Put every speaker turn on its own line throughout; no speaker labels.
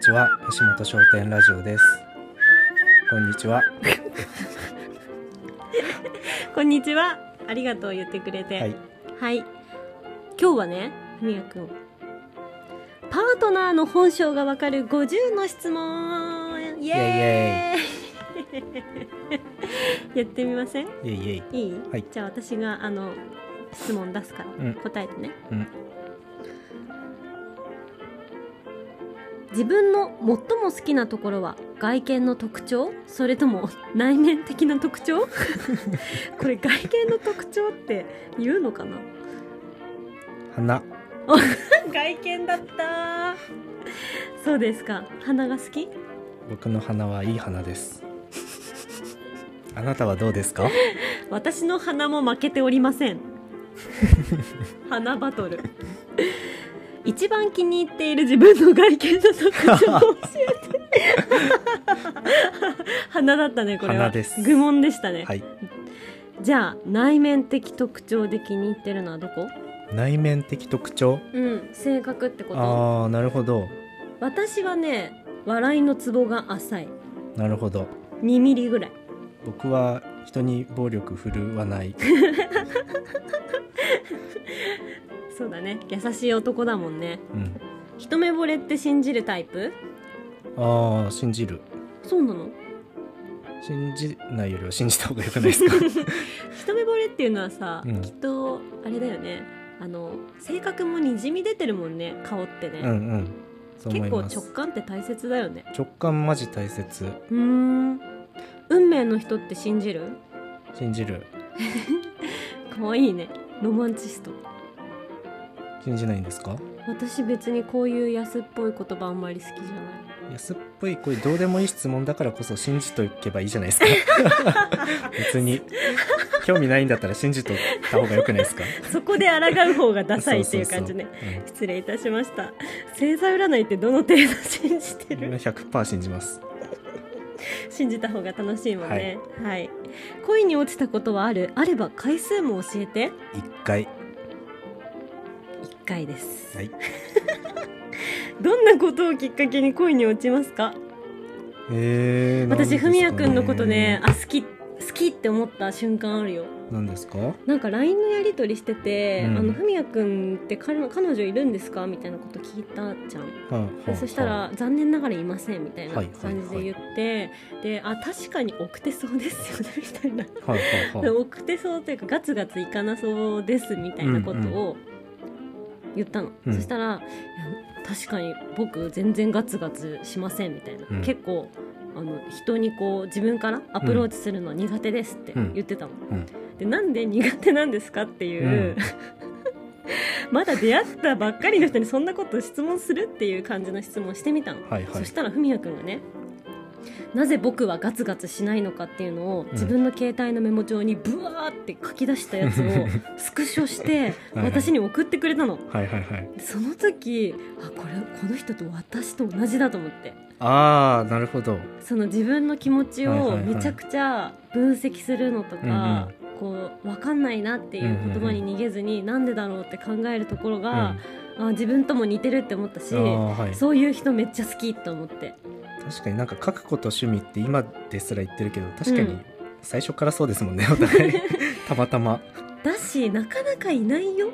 ちは吉本商店ラジオですこんにちは
こんにちは。ありがとう言ってくれて。
はい
はい。今日はね、みやくん。パートナーの本性がわかる50の質問。イエーイ。 やってみません。
イエイイエイ
いい。
はい
じゃあ、私があの質問出すから、
うん
答えてね。
うん
自分の最も好きなところは外見の特徴それとも内面的な特 徴これ外見の特徴って言うのかな
花
外見だったそうですか鼻が好き
僕の花はいい花ですあなたはどうですか
私の鼻も負けておりま せん鼻バトル一番気に入っている自分の外見の特徴を教えて 鼻だったねこれは
鼻です
愚問でしたね、
はい
じゃあ内面的特徴で気に入ってるのはどこ
内面的特徴
うん性格ってこと
ああなるほど
私はね笑いのツボが浅い
なるほど
2ミリぐらい
僕は人に暴力振るわ ない
そうだね優しい男だもんね
うん
一目惚れって信じるタイプ
ああ信じる
そうなの
信じないよりは信じた方が良くないで すか
一目惚れっていうのはさ、
うん
きっとあれだよねあの性格もにじみ出てるもんね顔って
うんう
ね、
んそう思
結
い
構
ます
直感って大切だよね
直感マジ大切
うーん運命の人って信じる
信じる
かわいいねロマンチスト
信じないんですか
私別にこういう安っぽい言葉あんまり好きじゃない
安っぽいこれどうでもいい質問だからこそ信じといけばいいじゃ ないですか別に興味ないんだったら信じとった方が良くないですか
そこで抗う方がダサいっていう感じね
そうそうそう
失礼いたしました星座占いってどの程度信じて
うん
る
100%信じます
信じた方が楽しいもんねはい、恋に落ちたことはあるあれば回数も教えて
1回
1回です
はい
どんなことをきっかけに恋に落ちますか
えー、
私
なんですかね
ふみやくんのことねあ好き好きって思った瞬間あるよ
何ですか
なんか LINE のやり取りしてて「
うん
あのふみやくんって彼彼女いるんですか?」みたいなこと聞いたじゃん
はあはあ
でそしたら「残念ながらいません」みたいな
はいはいはい
感じで言って、で「あ確かに奥手そうですよね」みたいな
はいはいはい
奥手そうというかガツガツいかなそうですみたいなことを言ったの、
うん
そしたらいや「確かに僕全然ガツガツしません」みたいな、
うん
結構あの人にこう自分からアプローチするの苦手ですって
うん
言ってたの、
うん
でなんで苦手なんですかっていう、
うん
まだ出会ったばっかりの人にそんなこと質問するっていう感じの質問をしてみたの、
はいはい
そしたらふみやくんがねなぜ僕はガツガツしないのかっていうのを
ん
自分の携帯のメモ帳にブワーって書き出したやつを スクショして
はい
私に送ってくれたの
はいはいはい
その時あこれこの人と私と同じだと思って
ああなるほど
その自分の気持ち
はいは
を
いはい
めちゃくちゃ分析するのとか、こう分かんないなっていう言葉に逃げずに、なんでだろうって考えるところが、あ自分とも似てるって思ったし
うん、ああはい
そういう人めっちゃ好きと思って
確かになんか書くこと趣味って今ですら言ってるけど確か
う
に
ん
最初からそうですもんねお互 いたまたま
だしなかなかいないよ
こ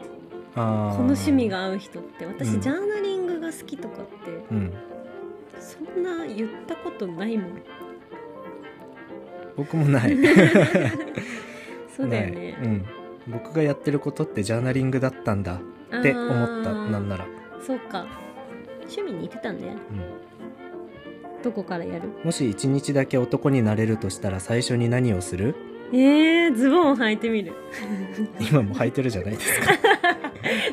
こ
の
の趣味が合う人って私、
うん
ジャーナリングが好きとかって
うん
そんな言ったことないもん
僕もない
そうだよね
ない、うん、僕がやってることってジャーナリングだったんだ
あー
って思ったなんなら、
そうか趣味に似てたね
う
どこからやる
ん、もし一日だけ男になれるとしたら最初に何をする
えー、ズボンを履いてみる
今も履いてるじゃないです か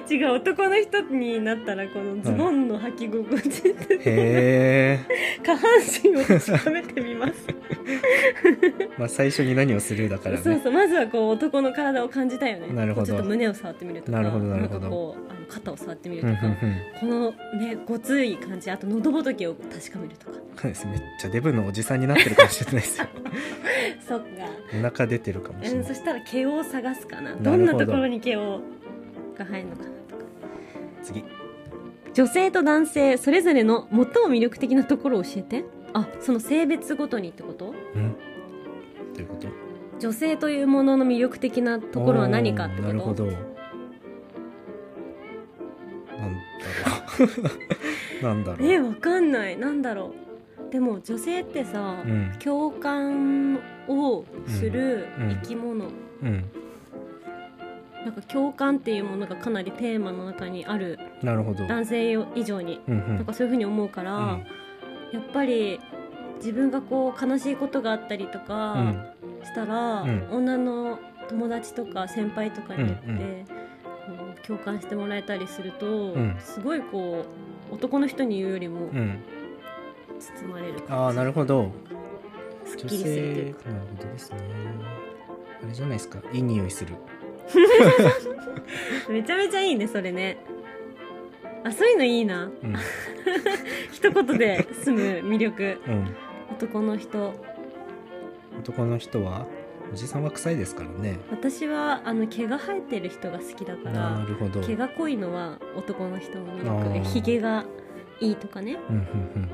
違う男の人になったらこのズボンの履き心地 って、
へえ、
下半身を確かめて みます
まあ、最初に何をするだから
そう
ね
そうまずはこう男の体を感じたよね
なるほど
こうちょっと胸を触ってみるとか
なるほどなるほど
んかこうあの肩を触ってみる
うん
と
う
か、
んうん
このねごつい感じあと喉仏を確かめるとか
そうですめっちゃデブのおじさんになってるかもしれないですよ
そっか、
お腹出てるかもし
う
れ
ん、
な
そ
い
したら毛を探すかな
な
ど
る
ん
ほど
なところに毛をが生えるのかなとか
次
女性と男性それぞれの最も魅力的なところを教えてあその性別ごとにってこと
うんということ
女性というものの魅力的なところは何かってこ
おーなるほ
と
どなんだろうなん だろう
えわかんないなんだろうでも女性ってさ、
うん
共感をする
うんうん
生き物、
うん
なんか共感っていうものがかなりテーマの中にある
なるほど
男性以上に
うんう
なん
ん
かそういうふうに思うから、
うん
やっぱり自分がこう悲しいことがあったりと
う
か
ん
したら、
うん
女の友達とか先輩とかに言って、
うんう
こう共感してもらえたりすると、
ん
すごいこう男の人に言うより
う
も
ん
包まれる
ああなるほど
すっ
女
きりするとい
性
うか
なるほどですねあれじゃないですかいい匂いする
めちゃめちゃいいねそれねあそういうのいいな
うん
一言で済む魅力
うん
男の人
男の人はおじさんは臭いですからね
私はあの毛が生えてる人が好きだから
なるほど
毛が濃いのは男の人の
あ
魅
ー
力ひげがいいとかね
うんうん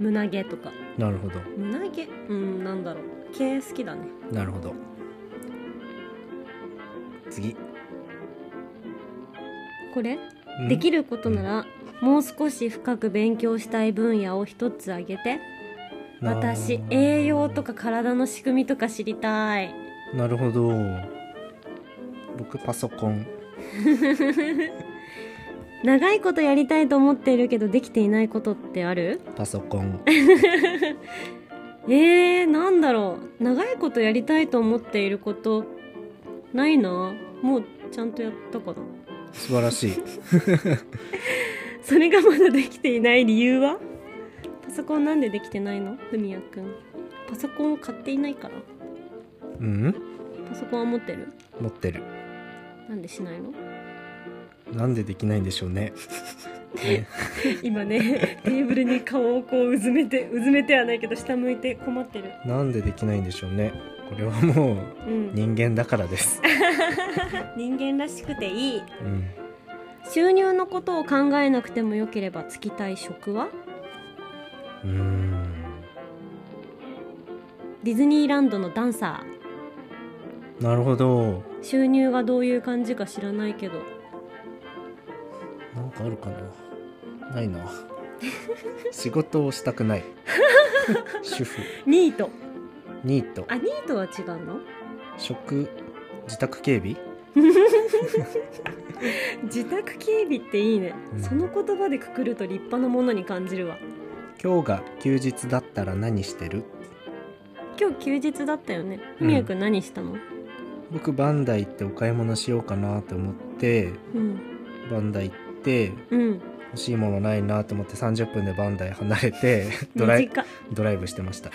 胸毛とか
うんなるほど
胸毛うんなんだろう毛好きだね
なるほど次、
これ
うん
できることならもう少し深く勉強したい分野を一つ挙げて
な
私栄養とか体の仕組みとか知りたい
なるほど僕パソコン
長いことやりたいと思っているけどできていないことってある
パソコン
えー、なんだろう長いことやりたいと思っていることないなもうちゃんとやったかな
素晴らしい
それがまだできていない理由はパソコンなんでできてないのふみやくんパソコンを買っていないから
うん
パソコンは持ってる
持ってる
なんでしないの
なんでできないんでしょうねね
今ねテーブルに顔をこううずめてうずめてはないけど下向いて困ってる
なんでできないんでしょうねこれはもう
うん
人間だから です、
人間らしくていい
うん、
収入のことを考えなくてもよければつきたい職は
うーん
ディズニーランドのダンサー
なるほど
収入がどういう感じか知らないけど
なんかあるかなない な仕事をしたくない 主婦
ニート
ニート
あニートは違うの
食自宅警備
自宅警備っていいね、
うん
その言葉でくくると立派なものに感じるわ
今日が休日だったら何してる
今日休日だったよね
うん
みやくん何したの
僕バンダイ行ってお買い物しようかなと思って
うん
バンダイ行って
うん
欲しいものないなと思って30分でバンダイ離れ てドライ
短い
ドライブしてました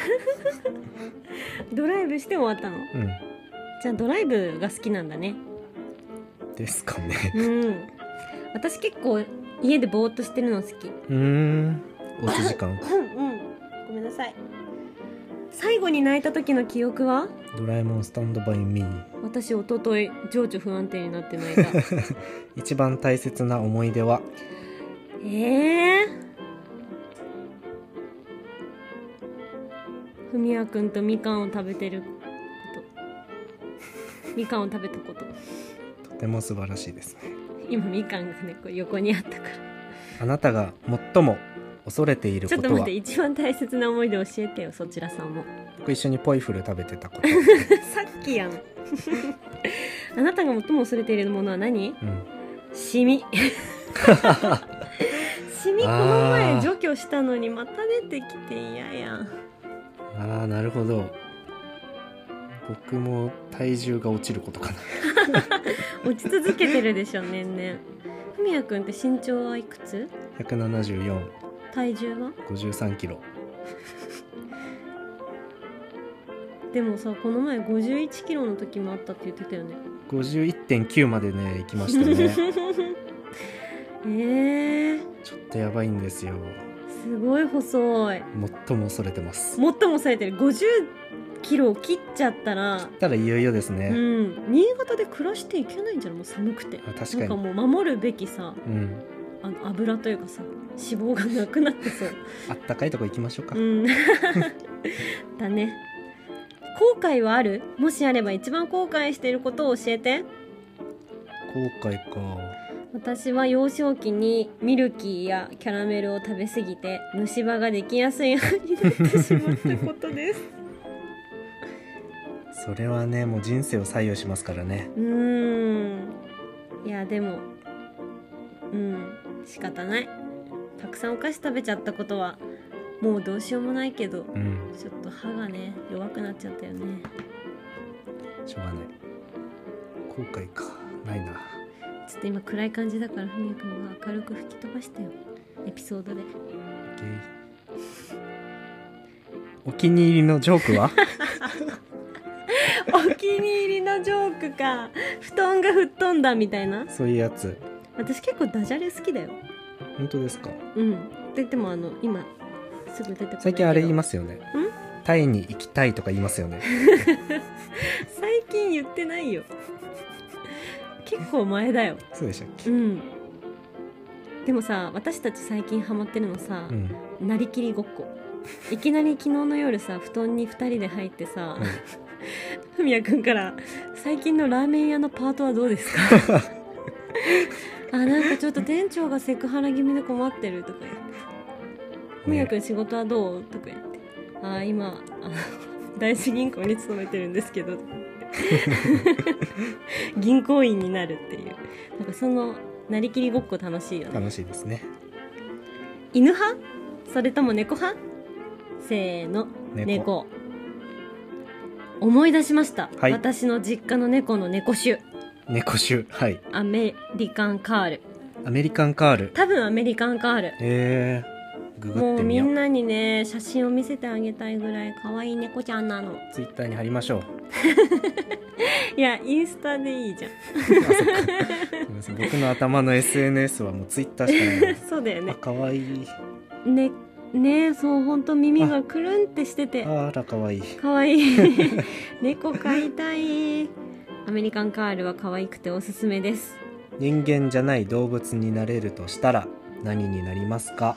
ドライブして終わったの
う
じゃあドライブが好きなんだね
んですか ね
うん私結構家でぼーっとしてるの好き
うーんおうち時間
うんうんごめんなさい最後に泣いた時の記憶は
ドラえもんスタンドバイミー
私一昨日情緒不安定になって泣いた
一番大切な思い出は
ええふみやくんとみかんを食べてることみかんを食べたこと
とても素晴らしいですね
今みかんがねこう横にあったから
あなたが最も恐れている
ちょ
こ
っと
と
待っ
は
て一番大切な思い出教えてよそちらさんも
僕一緒にポイフル食べてたこと、
さっきやんあなたが最も恐れているものは何
うん、
シ ミシミこの前除去したのにまた出てきて嫌やん
ああなるほど僕も体重が落ちることかな
落ち続けてるでしょ年々ふみやくんって身長はいくつ
17453
体重は
キロ
でもさこの前5 1キロの時もあったって言ってたよね
51.9までね行きました ね
えー、
ちょっとやばいんですよ
すごい細い
最も恐れてます
最もされてる50キロを切っちゃったら
たらいよいよです
う
ね
ん新潟で暮らしていけないんじゃないもう寒くて
あ確
なん
か
か
に
もう守るべきさ
うん
あの油というかさ脂肪がなくなってそう
あったかいとこ行きましょうか、
うん、だね後悔はあるもしあれば一番後悔していることを教えて
後悔か
私は幼少期にミルキーやキャラメルを食べ過ぎて虫歯ができやすいようになってしまったことです
それはねもう人生を左右しますからね
うーんいやでもうん仕方ないたくさんお菓子食べちゃったことはもうどうしようもないけど
うん
ちょっと歯がね弱くなっちゃったよね
しょうがない後悔かないな
ちょっと今暗い感じだからふみやくんが明るく吹き飛ばしてよエピソードで
ゲイお気に入りのジョー クは
お気に入りのジョークか布団が吹っ飛んだみたいな
そういうやつ
私結構ダジャレ好きだよ
本当ですか
うんって言ってもあの今すぐ出てこない
最近あれ言い
今
ますよねタイに行きたいとか言いますよね
最近言ってないよ結構前だよ
そうでしたっけ
うんでもさ私たち最近ハマってるのさ
う、ん
なりきりごっこいきなり昨日の夜さ布団に2人で入ってさ、ふみやくんから「最近のラーメン屋のパートはどうですか? 」あなんかちょっと店長がセクハラ気味で困ってるとか言って「ふみやくん仕事はどう?」とか言って「あー今あの第一銀行に勤めてるんですけど」とか言って銀行員になるっていうなんかそのなりきりごっこ楽しいよね
楽しいですね
犬派それとも猫派せーの
猫
猫思い出しました、
はい
私の実家の猫の猫種
猫種はい
アメリカンカール
アメリカンカール
多分アメリカンカール
えー、ググ
も
っ
う
てみ
み
ようん
なにね写真を見せてあげたいぐらい可愛い猫ちゃんなの
ツイッターに貼りましょう
いやインスタでいいじゃ
あそっかすみません僕の頭の SNS はもうツイッターしかないで
んそうだ
す
よ
あ
ね
可愛いい
ねねそうほんと耳がくるんってしてて
あら可愛いい
可愛 い猫飼いたいアメリカンカールは可愛くておすすめです
人間じゃない動物になれるとしたら何になりますか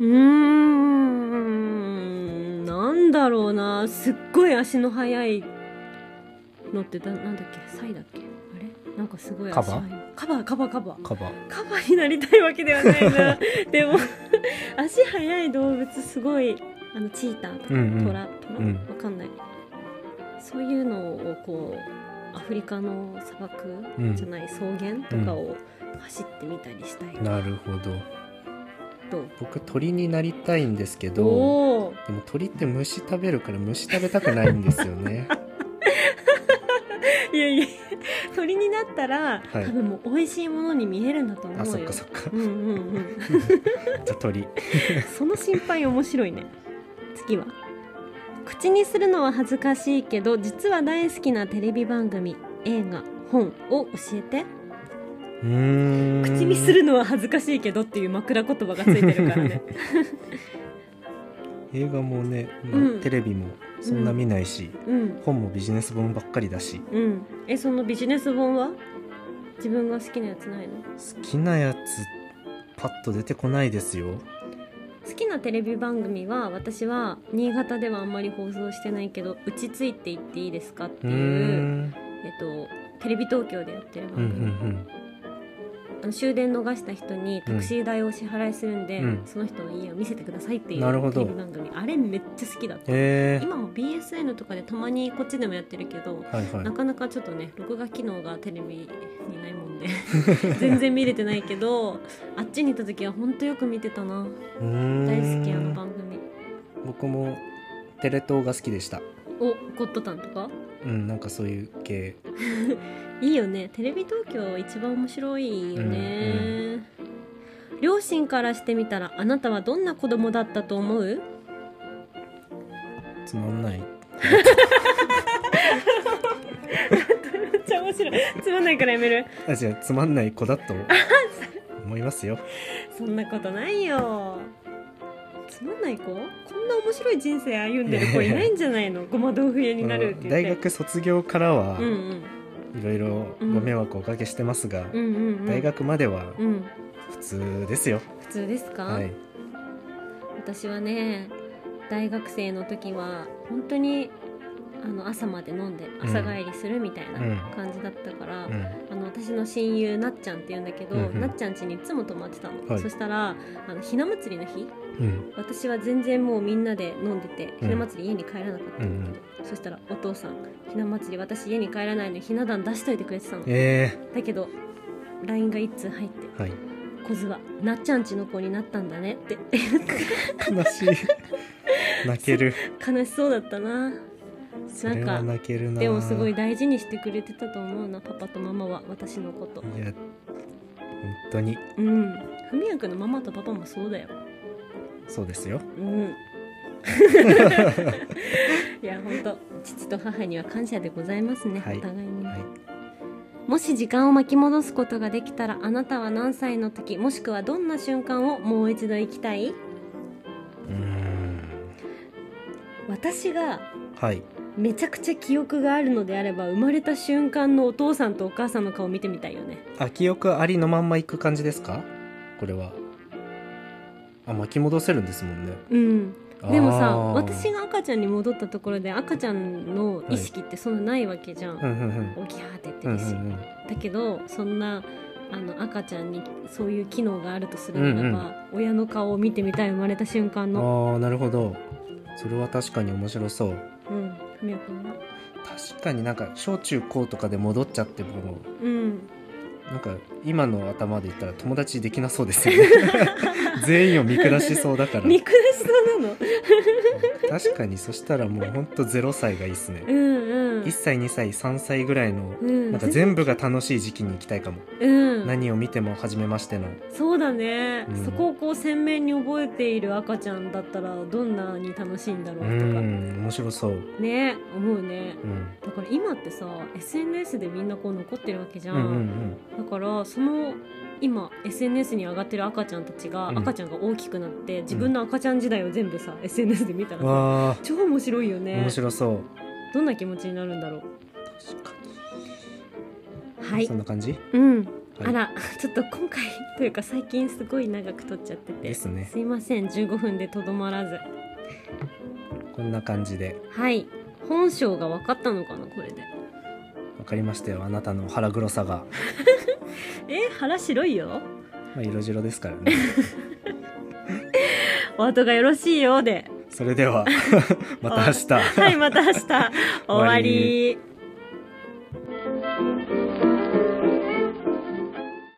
うーん、なんだろうな。すっごい足の速いのってだ、なんだっけサイだっけあれなんかすごい足
カバ
速いカバー、カバー、カバー。
カバ
カバーになりたいわけではな いな。でも、足速い動物すごい、あの、チーターとか、
うんうん
トラ、トラ、
うん
わかんない。そういうのをこう、アフリカの砂
う
漠
ん
じゃない、草原とかを走ってみたりしたい。
なるほど
どう
僕鳥になりたいんですけど
おー
でも鳥って虫食べるから虫食べたくないんですよ ね
いやいや鳥になったら、
はい
多分もう美味しいものに見えるんだと思うよ
あそっかそっか
うんうんうん
じゃあ鳥
その心配面白いね次は口にするのは恥ずかしいけど実は大好きなテレビ番組映画本を教えて
うーん
口にするのは恥ずかしいけどっていう枕言葉がついてるから ね
映画もね、まあ
うん
テレビもそんな見ないし、
うん
本もビジネス本ばっかりだし
うんえそのビジネス本は自分が好きなやつないの
好きなやつパッと出てこないですよ
好きなテレビ番組は私は新潟ではあんまり放送してないけど「うちついていっていいですか?」って
うー
いう、
ん
えっと、テレビ東京でやってる
うんう
番組、
ん
あの終電逃した人にタクシー代を支払いするんで、
うん
その人の家を見せてくださいっていう
なるほ
テ
ど
レビ番組あれめっちゃ好きだった、
え
今も BSN とかでたまにこっちでもやってるけど、
ー、はいはい
なかなかちょっとね録画機能がテレビにないもん で全然見れてないけどあっちに行った時はほんとよく見てたな
うーん
大好きあの番組。
僕もテレ東が好きでした
おゴッドタンとか
うんなんかそういう系
いいよねテレビ東京一番面白いよね、両親からしてみたらあなたはどんな子供だったと思う
つまんない
めっちゃ面白いつまんないからやめる
あ違うつまんない子だ と思いますよ
そんなことないよつまんない子こんな面白い人生歩んでる子いないんじゃないのごま豆腐屋になるって言って
大学卒業からは、
うんうん
いろいろご迷惑をおかけしてますが、
うんうんうん
大学までは
うん
普通ですよ、
普通ですか、
はい
私はね大学生の時は本当にあの朝まで飲んで
ん
朝帰りするみたいな
うん
感じだったから、
うん
あの私の親友なっちゃんっていうんだけど、
うんうん
なっちゃん家にいつも泊まってたの、
はい
そしたらあのひな祭りの日
うん
私は全然もうみんなで飲んでて
う
ひ
ん
な祭り家に帰らなかったんだけ
うん
ど、そしたらお父さんひな祭り私家に帰らないのにひな壇出しといてくれてたのだ
え
けど LINE が1通入って
ー、はい
「小津はなっちゃんちの子になったんだね」って
悲しい 泣ける
悲しそうだったな
それは泣けるな
でもすごい大事にしてくれてたと思うなパパとママは私のこと
いや本当に
うんふみやくんのママとパパもそうだよ
そうですよ
うん いや本当父と母には感謝でございますね、
はい
お互いに、
はい
もし時間を巻き戻すことができたらあなたは何歳の時もしくはどんな瞬間をもう一度生きたいう
ーん
私が
はい
めちゃくちゃ記憶があるのであれば生まれた瞬間のお父さんとお母さんの顔見てみたいよね
あ記憶ありのまんま行く感じですかこれはあ巻き戻せるんですもんね
うんでもさ
あー
私が赤ちゃんに戻ったところで赤ちゃんの意識ってそんなないわけじゃん、
うんうんうん
おぎゃーって言って
うんう
る
ん
し、
うん
だけどそんなあの赤ちゃんにそういう機能があるとするならば、親の顔を見てみたい生まれた瞬間の
ああなるほどそれは確かに面白そう
うんふみやくんは
確かになんか小中高とかで戻っちゃっても
うん
なんか今の頭で言ったら友達できなそうですよ ね全員を見下しそうだから
見下しそうなの
確かにそしたらもうほんと0歳がいいっすね
うんうん
1歳2歳3歳ぐらいの
うん
なんか全部が楽しい時期に行きたいかも
うん、
何を見ても初めましての
そうだね、
うん
そこをこう鮮明に覚えている赤ちゃんだったらどんなに楽しいんだろう
う
とか、
ん面白そう
ね思うね
うん
だから今ってさ SNS でみんなこう残ってるわけじ
う
ゃ
ん
ん、
うん
だからその今 SNS に上がってる赤ちゃんたちが、
うん
赤ちゃんが大きくなって自分の赤ちゃん時代を全部さ SNS で見たら
うん
さ
わあ
超面白いよね
面白そう
どんな気持ちになるんだろう
確か
は
に
い
そんな感じ
うん、
はい
あらちょっと今回というか最近すごい長く撮っちゃってて
ですね
すいません15分でとどまらず
こんな感じで
はい本性が分かったのかなこれで
わかりましたよあなたの腹黒さ が、
え腹白いよ
まあ、色白ですからね
お後がよろしいようで
それではまた明日
はい、また明日。終わり。